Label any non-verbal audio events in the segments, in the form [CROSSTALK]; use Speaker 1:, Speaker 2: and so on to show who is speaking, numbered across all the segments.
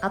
Speaker 1: ア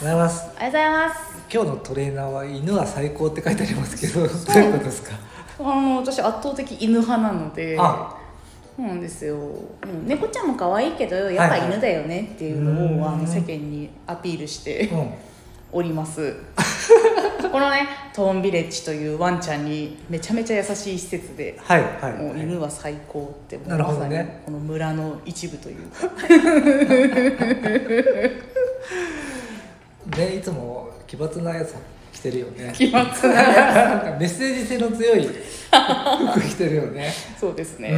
Speaker 1: ございま
Speaker 2: ございま
Speaker 1: す
Speaker 2: す
Speaker 1: おはようございます
Speaker 2: 今日のトレーナーは犬は最高って書いてありますけどどういうことですか
Speaker 1: あの私圧倒的犬派なので
Speaker 2: あ
Speaker 1: そうなんですよ、うん、猫ちゃんも可愛いけどやっぱ
Speaker 2: はいはい
Speaker 1: 犬だよねっていうのを、
Speaker 2: うん
Speaker 1: あの世間にアピールして
Speaker 2: うん
Speaker 1: おります
Speaker 2: [LAUGHS]
Speaker 1: このねトーンビレッジというワンちゃんにめちゃめちゃ優しい施設で、
Speaker 2: はいはい
Speaker 1: もう
Speaker 2: は
Speaker 1: 犬は最高ってもう
Speaker 2: なるほどね
Speaker 1: まさにこの村の一部というか
Speaker 2: いねいつも奇抜なやつ着てるよ
Speaker 1: [LAUGHS]
Speaker 2: ね
Speaker 1: 奇抜な
Speaker 2: [LAUGHS] なんかメッセージ性の強い服着てるよね
Speaker 1: そうですね、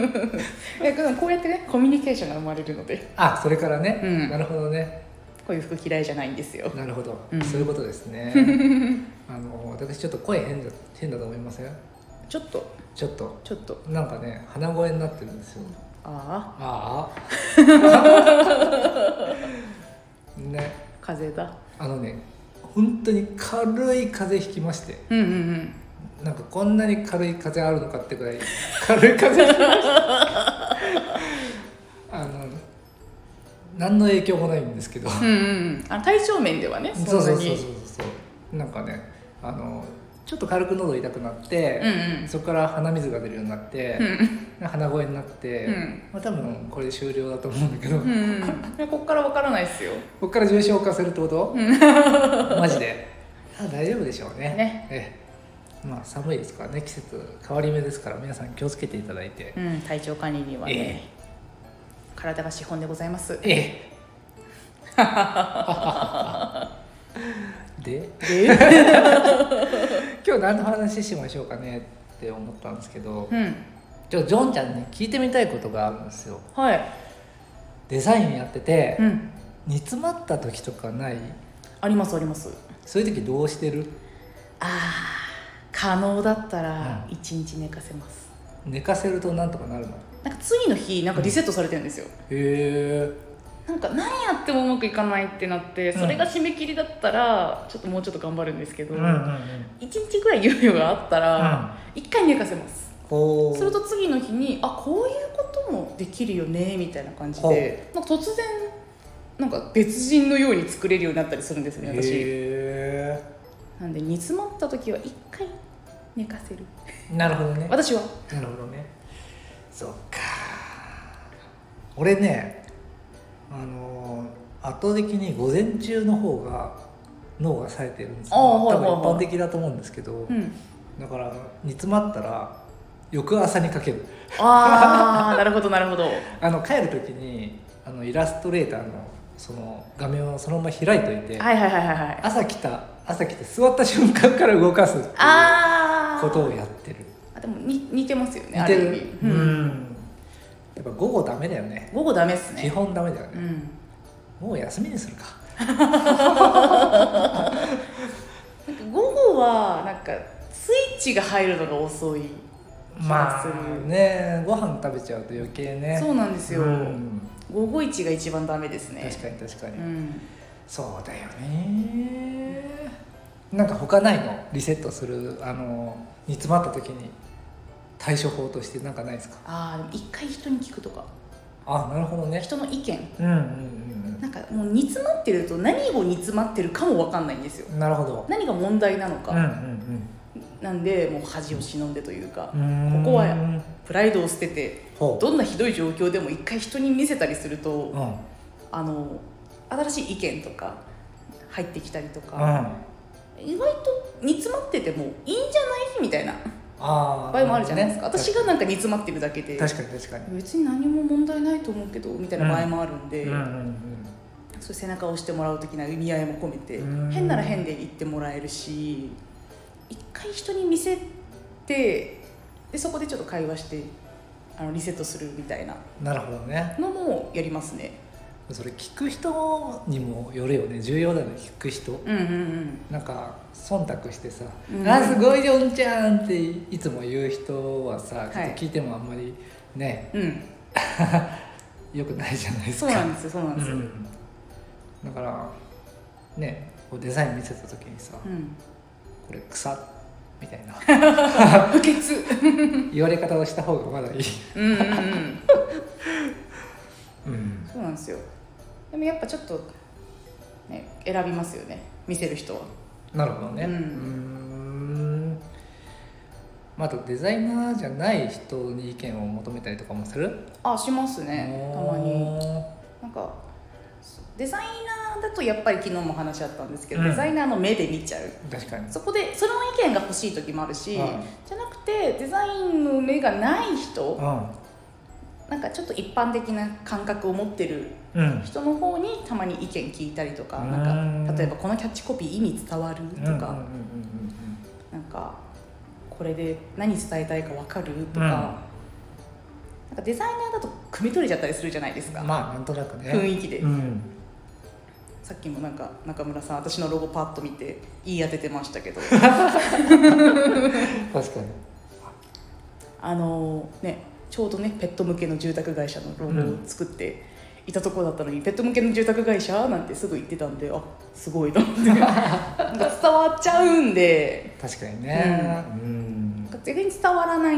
Speaker 1: [LAUGHS] えでもこうやってねコミュニケーションが生まれるので
Speaker 2: あそれからね、
Speaker 1: うん
Speaker 2: なるほどね
Speaker 1: こういう服嫌いじゃないんですよ
Speaker 2: なるほど、
Speaker 1: うん
Speaker 2: そういうことです
Speaker 1: [LAUGHS]
Speaker 2: ねあの私ちょっと声変だ変だと思いません
Speaker 1: ちょっと
Speaker 2: ちょっと
Speaker 1: ちょっと
Speaker 2: なんかね鼻声になってるんですよ
Speaker 1: ああ
Speaker 2: あ [LAUGHS] あね
Speaker 1: 風邪だ
Speaker 2: あのね本当に軽い風邪ひきまして
Speaker 1: うんうんうん
Speaker 2: なんかこんなに軽い風あるのかってぐらい軽い風邪ひきました [LAUGHS] あの何の影響もないんですけ
Speaker 1: [LAUGHS]
Speaker 2: ど、
Speaker 1: うんうんうん、あ体調面ではね
Speaker 2: そうそうそうそ
Speaker 1: な
Speaker 2: うそ
Speaker 1: に
Speaker 2: うそうなんかねあのちょっと軽く喉痛くなって、
Speaker 1: うんうん
Speaker 2: そこから鼻水が出るようになって、
Speaker 1: うん
Speaker 2: 鼻声になって、
Speaker 1: うん
Speaker 2: まあ、多分これで終了だと思うんだけど、
Speaker 1: うんうん [LAUGHS] でこっからわからないですよ
Speaker 2: こっから重症化するってこと、マジであ大丈夫でしょうね
Speaker 1: ね
Speaker 2: ええまあ寒いですからね季節変わり目ですから皆さん気をつけていただいて、
Speaker 1: うん体調管理にはね、
Speaker 2: え
Speaker 1: 体が資本でございます
Speaker 2: ええで
Speaker 1: で
Speaker 2: 今日何の話しましょうかねって思ったんですけど、
Speaker 1: うん
Speaker 2: ちょジョンちゃんに聞いてみたいことがあるんですよ
Speaker 1: はい、
Speaker 2: デザインやってて、
Speaker 1: うん、
Speaker 2: 煮詰まった時とかない
Speaker 1: ありますあります
Speaker 2: そういう時どうしてる
Speaker 1: あー可能だったら
Speaker 2: うん
Speaker 1: 一日寝かせます、
Speaker 2: 寝かせるとなんとかなるのへ
Speaker 1: なんか次の日なんかリセットされてるんですよ、
Speaker 2: え
Speaker 1: なんか何やってもうまくいかないってなってそれが締め切りだったらちょっともうちょっと頑張るんですけど、
Speaker 2: う
Speaker 1: 一
Speaker 2: んうんうん
Speaker 1: 日ぐらい猶予があったら一回寝かせます
Speaker 2: ほう
Speaker 1: すると次の日にあこういうこともできるよねみたいな感じでなんか突然なんか別人のように作れるようになったりするんですよね私
Speaker 2: へ
Speaker 1: なんで煮詰まった時は一回寝かせる
Speaker 2: えなるほどね
Speaker 1: 私は
Speaker 2: なるほどねそっか俺ねあのー圧倒的に午前中の方が脳が冴えてるんですよ
Speaker 1: ああはい
Speaker 2: 多分一
Speaker 1: はいはい
Speaker 2: 般的だと思うんですけど、
Speaker 1: うん
Speaker 2: だから煮詰まったら翌朝にかける
Speaker 1: [LAUGHS] ああなるほどなるほど
Speaker 2: あの帰る時にあのイラストレーターのその画面をそのまま開いといて、
Speaker 1: はいはいはいはいはい
Speaker 2: 朝来た朝来て座った瞬間から動かすっていう
Speaker 1: あ
Speaker 2: こと
Speaker 1: ー
Speaker 2: をやってる
Speaker 1: あでもに似てますよね
Speaker 2: 似て
Speaker 1: ある意
Speaker 2: る
Speaker 1: 味、
Speaker 2: う、
Speaker 1: うんん、
Speaker 2: やっぱ午後ダメだよね
Speaker 1: 午後ダメっすね
Speaker 2: 基本ダメだよ
Speaker 1: う
Speaker 2: ね、
Speaker 1: ん
Speaker 2: もう休みにするか
Speaker 1: なんか午後はなんかスイッチが入るのが遅い気がする、
Speaker 2: ねご飯食べちゃうと余計ね
Speaker 1: そううなんですよ、
Speaker 2: ん
Speaker 1: 午後一が一番ダメですね
Speaker 2: 確かに確かに、
Speaker 1: うん、
Speaker 2: そうだよねなんか他ないのリセットするあの煮詰まった時に対処法としてなんかないですか
Speaker 1: ああでも一回人に聞くとか
Speaker 2: あなるほどね
Speaker 1: 人の意見
Speaker 2: うんうんうん
Speaker 1: なんかもう煮詰まってると何を煮詰まってるかも分かんないんですよ
Speaker 2: うんなるほど
Speaker 1: 何が問題なの
Speaker 2: うんう
Speaker 1: か、
Speaker 2: ん
Speaker 1: なんでもう恥を忍んでというか、
Speaker 2: うん
Speaker 1: ここは
Speaker 2: うーん
Speaker 1: プライドを捨てて
Speaker 2: ほう
Speaker 1: どんなひどい状況でも一回人に見せたりすると、
Speaker 2: うんうん
Speaker 1: あの新しい意見とか入ってきたりとか、意外と煮詰まっててもいいんじゃないみたいな
Speaker 2: ああ
Speaker 1: 場合もあるじゃないですか、私がなんか煮詰まってるだけで
Speaker 2: 確かに確かに
Speaker 1: 別に何も問題ないと思うけどみたいな場合もあるんで、
Speaker 2: うんうん
Speaker 1: そういう背中を押してもらう的な意味合いも込めて
Speaker 2: うん
Speaker 1: 変なら変で言ってもらえるし一回人に見せてでそこでちょっと会話してあのリセットするみたいな
Speaker 2: うんなるほどね
Speaker 1: のもやりますね
Speaker 2: それ聞く人にもよるよね重要だよね聞く人
Speaker 1: うんうん
Speaker 2: なんか忖度してさ「
Speaker 1: うん
Speaker 2: あすごいよんちゃん」っていつも言う人はさ、
Speaker 1: い
Speaker 2: ちょっと聞いてもあんまりね
Speaker 1: うんうん
Speaker 2: よくないじゃないです
Speaker 1: そ
Speaker 2: か
Speaker 1: うなんですよそうなんです
Speaker 2: う
Speaker 1: よ
Speaker 2: んだからねこうデザイン見せた時にさ「
Speaker 1: うん
Speaker 2: これ草」みたいな
Speaker 1: あ不潔
Speaker 2: 言われ方をした方がまだいい、
Speaker 1: うんうんうん
Speaker 2: うん、
Speaker 1: そうなんですよでもやっぱちょっとね選びますよね見せる人は
Speaker 2: なるほどね
Speaker 1: う
Speaker 2: うんーんまああとデザイナーじゃない人に意見を求めたりとかもする
Speaker 1: あしますねたまになんかデザイナーだとやっぱり昨日も話し合ったんですけど、
Speaker 2: うん
Speaker 1: デザイナーの目で見ちゃう
Speaker 2: 確かに
Speaker 1: そこでその意見が欲しい時もあるし、
Speaker 2: はい
Speaker 1: じゃなくてデザインの目がない人なんかちょっと一般的な感覚を持ってる
Speaker 2: うんうん
Speaker 1: 人の方にたまに意見聞いたりとか
Speaker 2: うん
Speaker 1: なんか例えばこのキャッチコピー意味伝わると
Speaker 2: う
Speaker 1: か、
Speaker 2: んうんうん
Speaker 1: なんかこれで何伝えたいか分かるとか,、
Speaker 2: うん
Speaker 1: なんかデザイナーだと汲み取れちゃったりするじゃないです
Speaker 2: う
Speaker 1: か、
Speaker 2: んまあなんとなくね
Speaker 1: 雰囲気で
Speaker 2: うん
Speaker 1: さっきもなんか中村さん私のロゴパッと見て言い当ててました
Speaker 2: [LAUGHS]
Speaker 1: けど
Speaker 2: 確かに
Speaker 1: あのねちょうどねペット向けの住宅会社のロゴを作っていたところだったのに、ペット向けの住宅会社なんてすぐ言ってたんであすごいなって
Speaker 2: [LAUGHS]
Speaker 1: なんか伝わっちゃうんで
Speaker 2: 確かにねうん
Speaker 1: なんか全然伝わらない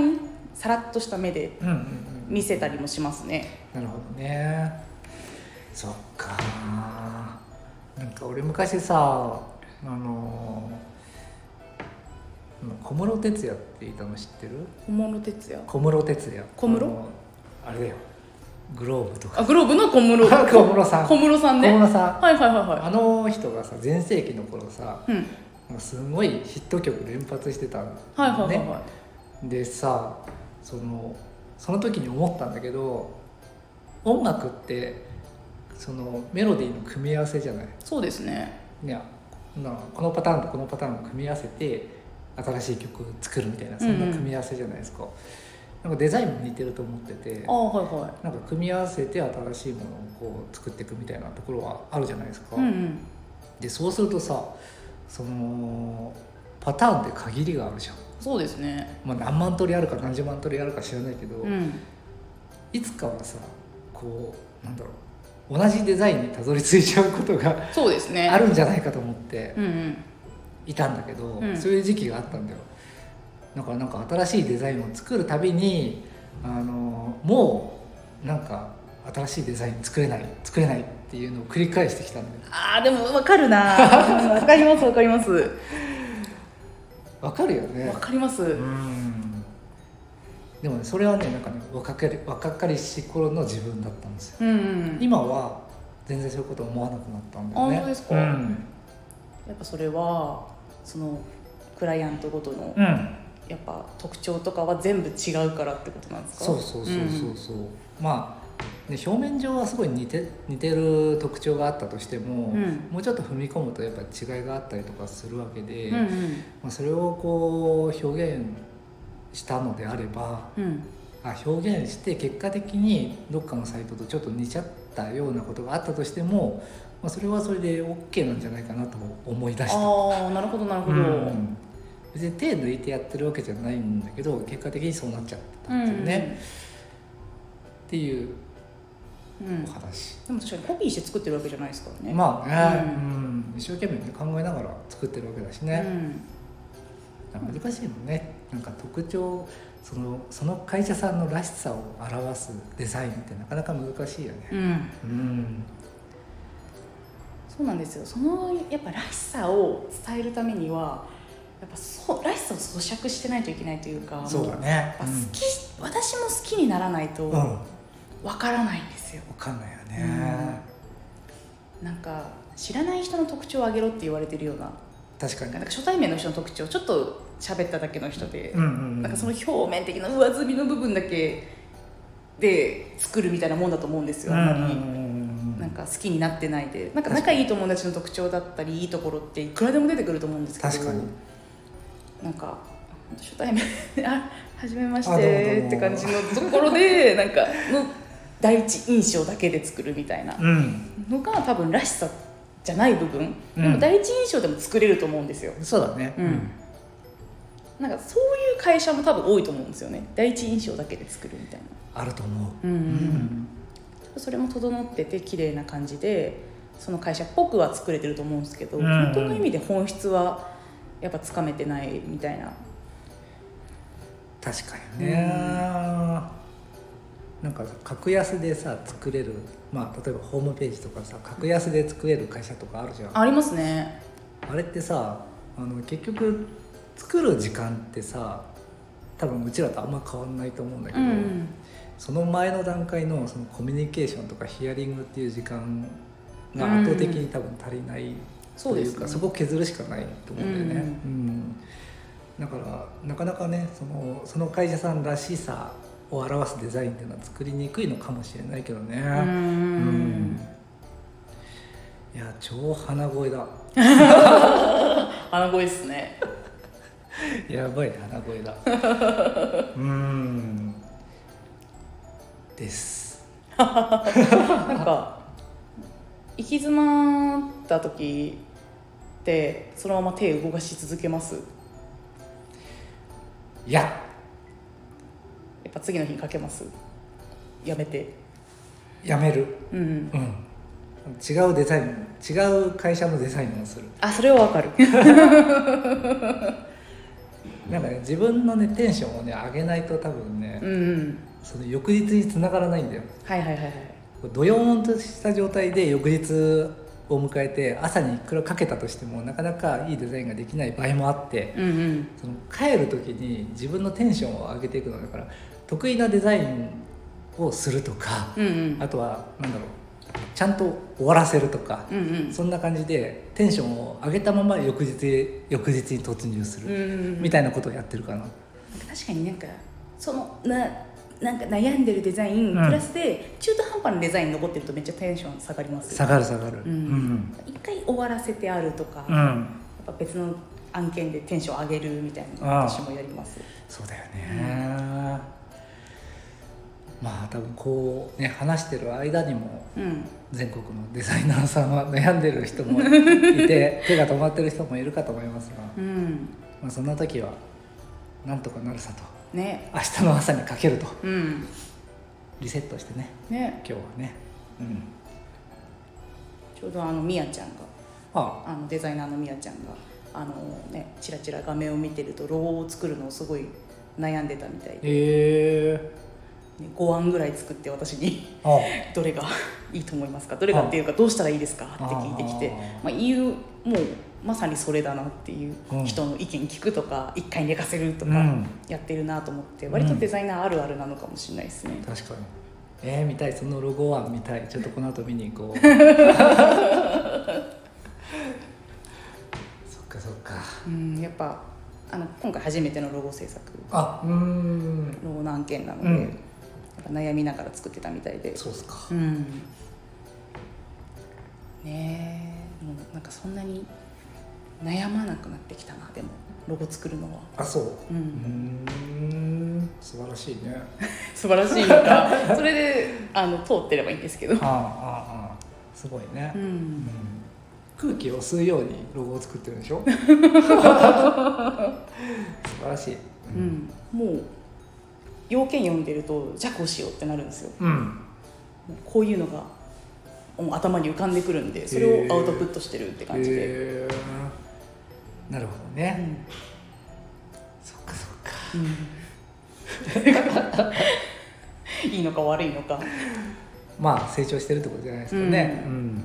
Speaker 1: さらっとした目で
Speaker 2: うんうんうん
Speaker 1: 見せたりもしますね。
Speaker 2: なるほどねそっかなんか俺昔さあのー小室哲哉っていたの知ってる
Speaker 1: 小室哲哉
Speaker 2: 小室哲哉
Speaker 1: 小室
Speaker 2: あのあれだよグローブとか
Speaker 1: あグローブの小
Speaker 2: [LAUGHS]
Speaker 1: 室
Speaker 2: 小室さん
Speaker 1: 小室さんね
Speaker 2: 小室さん
Speaker 1: はいはいはいは
Speaker 2: あの人がさ全盛期の頃さ
Speaker 1: いうん
Speaker 2: すごいヒット曲連発してたんだよね
Speaker 1: はいはいはいはい、
Speaker 2: でさそのその時に思ったんだけど音楽ってそのメロディーの組み合わせじゃない、
Speaker 1: そうですね
Speaker 2: ね、なこのパターンとこのパターンを組み合わせて新しい曲を作るみたいなそんな組み合わせじゃないですか、なんかデザインも似てると思ってて
Speaker 1: ああはいは
Speaker 2: なんか組み合わせて新しいものをこう作っていくみたいなところはあるじゃないですか、
Speaker 1: いうんうん
Speaker 2: でそうするとさそのパターンって限りがあるじゃん、
Speaker 1: そうですね
Speaker 2: まあ、何万通りあるか何十万通りあるか知らないけど、
Speaker 1: うん
Speaker 2: いつかはさこうなんだろう同じデザインにたどり着いちゃうことが
Speaker 1: そうですね
Speaker 2: あるんじゃないかと思って
Speaker 1: うんうん
Speaker 2: いたんだけど、
Speaker 1: うん
Speaker 2: そういう時期があったんだよだからなんか新しいデザインを作るたびにあのもうなんか新しいデザイン作れない作れないっていうのを繰り返してきたんだよ
Speaker 1: ああでもわか
Speaker 2: [LAUGHS]
Speaker 1: るなわかりますわかります
Speaker 2: わかるよね
Speaker 1: わかります、
Speaker 2: うんでもねそれはねなんかね若かり若かりし頃の自分だったんですよ
Speaker 1: うんうん
Speaker 2: 今は全然そういうこと思わなくなったんだよ
Speaker 1: あ
Speaker 2: ね。
Speaker 1: そうですか
Speaker 2: うん
Speaker 1: やっぱそれはそのクライアントごとの
Speaker 2: うん、
Speaker 1: やっぱ特徴とかは全部違うからってことなんですか
Speaker 2: そうそうそうそうそう、まあ、ね、表面上はすごい似て似てる特徴があったとしても、
Speaker 1: うん
Speaker 2: もうちょっと踏み込むとやっぱ違いがあったりとかするわけで、
Speaker 1: うんうん
Speaker 2: まあ、それをこう表現したのであれば
Speaker 1: うん
Speaker 2: あ表現して結果的にどっかのサイトとちょっと似ちゃったようなことがあったとしても、まあ、それはそれで OK なんじゃないかなと思い出した。
Speaker 1: ああなるほどなるほ
Speaker 2: う
Speaker 1: ど、
Speaker 2: ん別に手抜いてやってるわけじゃないんだけど結果的にそうなっちゃったんですよね、っていう
Speaker 1: うんう
Speaker 2: お
Speaker 1: ん
Speaker 2: 話、
Speaker 1: でも確かにコピーして作ってるわけじゃないですからね
Speaker 2: まあね、
Speaker 1: う
Speaker 2: うん一生懸命ね考えながら作ってるわけだし
Speaker 1: う
Speaker 2: ね、
Speaker 1: ん
Speaker 2: なんか難しいもんねなんか特徴そのその会社さんのらしさを表すデザインってなかなか難しいよね
Speaker 1: うん、
Speaker 2: うん、
Speaker 1: そうなんですよそのやっぱらしさを伝えるためにはやっぱそうらしさを咀嚼してないといけないというか
Speaker 2: そう
Speaker 1: や
Speaker 2: だ
Speaker 1: っ
Speaker 2: ね
Speaker 1: ぱ好き、私も好きにならないと
Speaker 2: うん、うん、わ
Speaker 1: わからないんですよ
Speaker 2: かんないよね、
Speaker 1: なんか知らない人の特徴をあげろって言われてるような
Speaker 2: 確かに
Speaker 1: なんか初対面の人の特徴ちょっと喋っただけの人で、
Speaker 2: うんうんうん
Speaker 1: なんかその表面的な上積みの部分だけで作るみたいなもんだと思うんですよ、
Speaker 2: うんう
Speaker 1: あん
Speaker 2: ん
Speaker 1: ま
Speaker 2: う
Speaker 1: り。
Speaker 2: んうん
Speaker 1: なんか好きになってないでなんか仲いい友達の特徴だったりいいところっていくらでも出てくると思うんですけど
Speaker 2: 確かに
Speaker 1: なんか初対面 [LAUGHS] あはじめまし
Speaker 2: あどうもどう
Speaker 1: て
Speaker 2: も
Speaker 1: [LAUGHS] って感じのところでなんかの第一印象だけで作るみたいな
Speaker 2: うん
Speaker 1: のが多分らしさじゃない部分、
Speaker 2: うん
Speaker 1: でも第一印象でも作れると思うんですよ
Speaker 2: そうだね
Speaker 1: うんなんかそういう会社も多分多いと思うんですよね第一印象だけで作るみたいな
Speaker 2: あると思う
Speaker 1: うんうんう
Speaker 2: うん
Speaker 1: それも整ってて綺麗な感じでその会社っぽくは作れてると思うんですけど、
Speaker 2: うん
Speaker 1: 本当の意味で本質はやっぱつかめてないみたいな
Speaker 2: 確かにね、なんかさ格安でさ作れるまあ例えばホームページとかさ格安で作れる会社とかあるじゃんあ
Speaker 1: ありますね
Speaker 2: れってさあの結局作る時間ってさ多分うちらとあんま変わんないと思うんだけど、
Speaker 1: うん
Speaker 2: その前の段階のそのコミュニケーションとかヒアリングっていう時間が圧倒的に多分足りない
Speaker 1: そ
Speaker 2: と
Speaker 1: うで
Speaker 2: いう
Speaker 1: す
Speaker 2: か、
Speaker 1: ね
Speaker 2: そこを削るしかないと思うんだよね、うんだからなかなかねそのその会社さんらしさを表すデザインっていうのは作りにくいのかもしれないけどね、
Speaker 1: うん
Speaker 2: うんいや超鼻声
Speaker 1: [LAUGHS]
Speaker 2: だ
Speaker 1: 鼻声ですね
Speaker 2: やばいね鼻声だ
Speaker 1: [LAUGHS]
Speaker 2: うんです
Speaker 1: なんか行き詰まった時ってそのまま手動かし続けます
Speaker 2: いや
Speaker 1: やっぱ次の日にかけますやめて
Speaker 2: やめる
Speaker 1: うん
Speaker 2: うん、違うデザイン違う会社のデザインをする
Speaker 1: あそれはわかる [LAUGHS]
Speaker 2: なんかね自分のねテンションをね上げないと多分ね、
Speaker 1: うんうん
Speaker 2: その翌日に繋がらないんだよ
Speaker 1: はいはいはいはい
Speaker 2: ドヨーンとした状態で翌日を迎えて朝にいくらかけたとしてもなかなかいいデザインができない場合もあって
Speaker 1: うんうん
Speaker 2: その帰る時に自分のテンションを上げていくのだから得意なデザインをするとか、
Speaker 1: うんうん
Speaker 2: あとはなんだろうちゃんと終わらせるとか、
Speaker 1: うんうん
Speaker 2: そんな感じでテンションを上げたまま翌日翌日に突入す
Speaker 1: うんう
Speaker 2: る
Speaker 1: んうん
Speaker 2: みたいなことをやってるかな、
Speaker 1: 確かになんかそのななんか悩んでるデザイン、
Speaker 2: うん
Speaker 1: プラスで中途半端なデザイン残ってるとめっちゃテンション下がります
Speaker 2: 下がる下がる
Speaker 1: うん一回終わらせてあるとか、
Speaker 2: うん、う
Speaker 1: やっ
Speaker 2: ん
Speaker 1: ぱ別の案件でテンション上げるみたいな
Speaker 2: あ
Speaker 1: の
Speaker 2: あ
Speaker 1: 私もやります
Speaker 2: そうだよね、まあ多分こうね話してる間にも
Speaker 1: うん
Speaker 2: 全国のデザイナーさんは悩んでる人もい
Speaker 1: [LAUGHS]
Speaker 2: て手が止まってる人もいるかと思いますが、
Speaker 1: うん
Speaker 2: まあ、そんな時はなんとかなるさと
Speaker 1: ね
Speaker 2: 明日の朝にかけると
Speaker 1: うん
Speaker 2: リセットしてね
Speaker 1: ね
Speaker 2: 今日はねうん
Speaker 1: ちょうどあのみやちゃんが
Speaker 2: あ
Speaker 1: あのデザイナーのみやちゃんがあのねちらちら画面を見てるとロゴを作るのをすごい悩んでたみたいで、
Speaker 2: え
Speaker 1: ね、5案ぐらい作って私に
Speaker 2: ー、あ
Speaker 1: どれがいいと思いますかどれがっていうかどうしたらいいですかって聞いてきて
Speaker 2: あ
Speaker 1: まあ、言うもうまさにそれだなっていう
Speaker 2: うん
Speaker 1: 人の意見聞くとか、一回寝かせるとか
Speaker 2: うん
Speaker 1: やってるなと思って、
Speaker 2: うん
Speaker 1: 割とデザイナーあるあるなのかもしれないですね、
Speaker 2: 確かにえー、見たいそのロゴは見たいちょっとこの後見に行 [LAUGHS] こうそっかそっか
Speaker 1: うん、やっぱあの今回初めてのロゴ制作
Speaker 2: あうーん
Speaker 1: ロゴの案件なので、
Speaker 2: うん
Speaker 1: やっぱ悩みながら作ってたみたいで
Speaker 2: そうっすか
Speaker 1: うんねえもうなんかそんなに悩まなくなってきたなでもロゴ作るのは、
Speaker 2: あそう
Speaker 1: う、
Speaker 2: うんーん素晴らしいね
Speaker 1: 素晴らしいのか [LAUGHS] それであの通ってればいいんですけど
Speaker 2: ああああすごいね、
Speaker 1: う
Speaker 2: うん
Speaker 1: ん
Speaker 2: 空気を吸うようにロゴを作ってるで [LAUGHS] しょ素晴らしい
Speaker 1: うん、もう要件読んでるとじゃあこうしようってなるんですよ
Speaker 2: うん
Speaker 1: もうこういうのがもう頭に浮かんでくるんでそれをアウトプットしてるって感じで、
Speaker 2: へーなるほどね、そっかそっか
Speaker 1: うんいいのか悪いのか
Speaker 2: まあ成長してるってことじゃないですかね、うん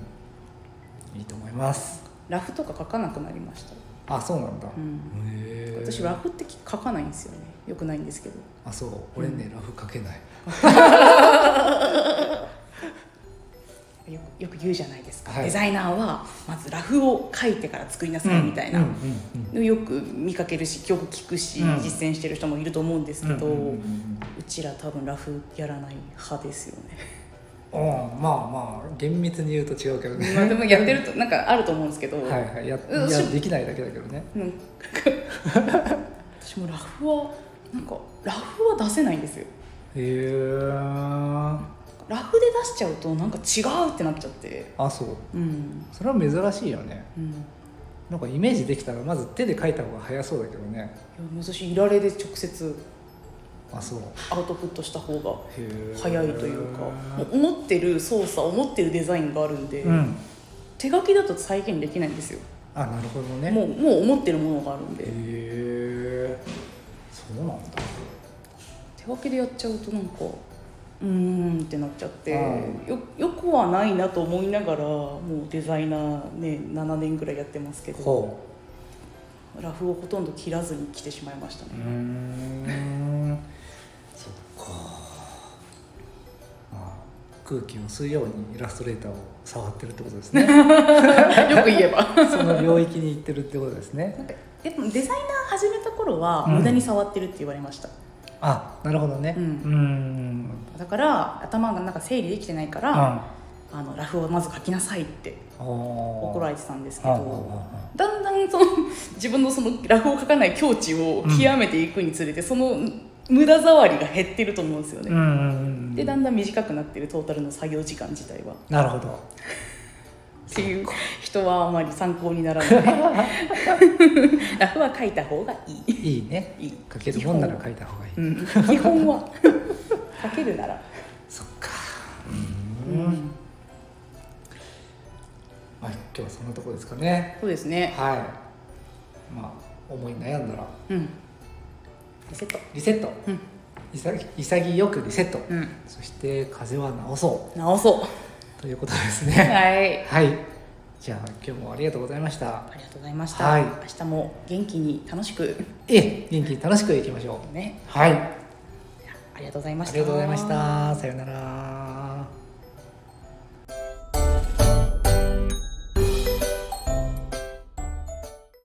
Speaker 2: いいと思います
Speaker 1: ラフとか書かなくなりました、
Speaker 2: あそうなんだ、
Speaker 1: うん、
Speaker 2: へえ
Speaker 1: 私ラフって書かないんですよねよくないんですけど
Speaker 2: あそう俺ね、ラフかけない
Speaker 1: よくよく言うじゃないですか、
Speaker 2: はい
Speaker 1: デザイナーはまずラフを書いてから作りなさいみたいな、
Speaker 2: うんうん
Speaker 1: よく見かけるしよく聞くし、
Speaker 2: うん
Speaker 1: 実践してる人もいると思うんです
Speaker 2: うん
Speaker 1: けど、
Speaker 2: うんうんうん
Speaker 1: うちら多分ラフやらない派ですよ
Speaker 2: [LAUGHS]
Speaker 1: ね。
Speaker 2: うんまあまあ厳密に言うと違うけどね
Speaker 1: まあでもやってるとなんかあると思うんですけど、
Speaker 2: [LAUGHS] はいはいや
Speaker 1: うん
Speaker 2: いや
Speaker 1: し
Speaker 2: できないだけだけどね
Speaker 1: なんか私もラフはなんかラフは出せないんですよ。
Speaker 2: へえ
Speaker 1: ラフで出しちゃうとなんか違うってなっちゃって
Speaker 2: あそう
Speaker 1: うん
Speaker 2: それは珍しいよね
Speaker 1: うんいや
Speaker 2: なんかイメージできたらまず手で描いた方が早そうだけどね
Speaker 1: 私いられで直接
Speaker 2: あそうへ
Speaker 1: アウトプットした方が
Speaker 2: え
Speaker 1: 早いというかもう思ってる操作思ってるデザインがあるんで、
Speaker 2: うん
Speaker 1: 手書きだと再現できないんですよ
Speaker 2: あなるほどね
Speaker 1: もうもう思ってるものがあるんで
Speaker 2: へえそうなんだ
Speaker 1: 手書きでやっちゃうとなんかうーんってなっちゃって
Speaker 2: う
Speaker 1: よよくはないなと思いながらもうデザイナーね7年ぐらいやってますけど
Speaker 2: ほ
Speaker 1: ラフをほとんど切らずに来てしまいました
Speaker 2: うう
Speaker 1: ね、
Speaker 2: ーんそっかまあ空気を吸うようにイラストレーターを触ってるってことですね
Speaker 1: [LAUGHS] よく言
Speaker 2: [LAUGHS]
Speaker 1: えば
Speaker 2: その領域に行ってるってことですね
Speaker 1: でもデザイナー始めた頃は
Speaker 2: うん
Speaker 1: 無駄に触ってるって言われました、
Speaker 2: あなるほどね
Speaker 1: うん
Speaker 2: ーん
Speaker 1: だから頭がなんか整理できてないか
Speaker 2: うん
Speaker 1: ら、あのラフをまず書きなさいって怒
Speaker 2: 怒
Speaker 1: られ
Speaker 2: て
Speaker 1: てたんですけどだんだんその [LAUGHS] 自分のそのラフを書かない境地を極めていくにつれて、その無駄触りが減ってると思うんですよね、
Speaker 2: ん
Speaker 1: でだんだん短くなってるトータルの作業時間自体はっ
Speaker 2: なるほど
Speaker 1: ていう人はあまり参考にならない [LAUGHS] ラフは書いた方がいい
Speaker 2: いいね
Speaker 1: いい
Speaker 2: 書けるもんなら書いた方がいい、
Speaker 1: うん、基本は書けるなら、
Speaker 2: そっか
Speaker 1: う
Speaker 2: うん
Speaker 1: ん、
Speaker 2: まあ今日はそんなとこですかね
Speaker 1: そうですね
Speaker 2: はいまあ思い悩んだら
Speaker 1: うんリセット
Speaker 2: リセット
Speaker 1: うん、
Speaker 2: 潔潔くリセット、
Speaker 1: うん、
Speaker 2: そして風邪は治そ
Speaker 1: 直そう
Speaker 2: ということです [LAUGHS]
Speaker 1: う
Speaker 2: ね
Speaker 1: はい
Speaker 2: はいじゃあ今日もありがとうございました
Speaker 1: ありがとうございました、
Speaker 2: はい
Speaker 1: 明日も元気に楽しく
Speaker 2: ええ元気に楽しくいきましょう
Speaker 1: ね
Speaker 2: はい
Speaker 1: ありがとうございま
Speaker 2: あ
Speaker 1: した
Speaker 2: りがとうございましたさようなら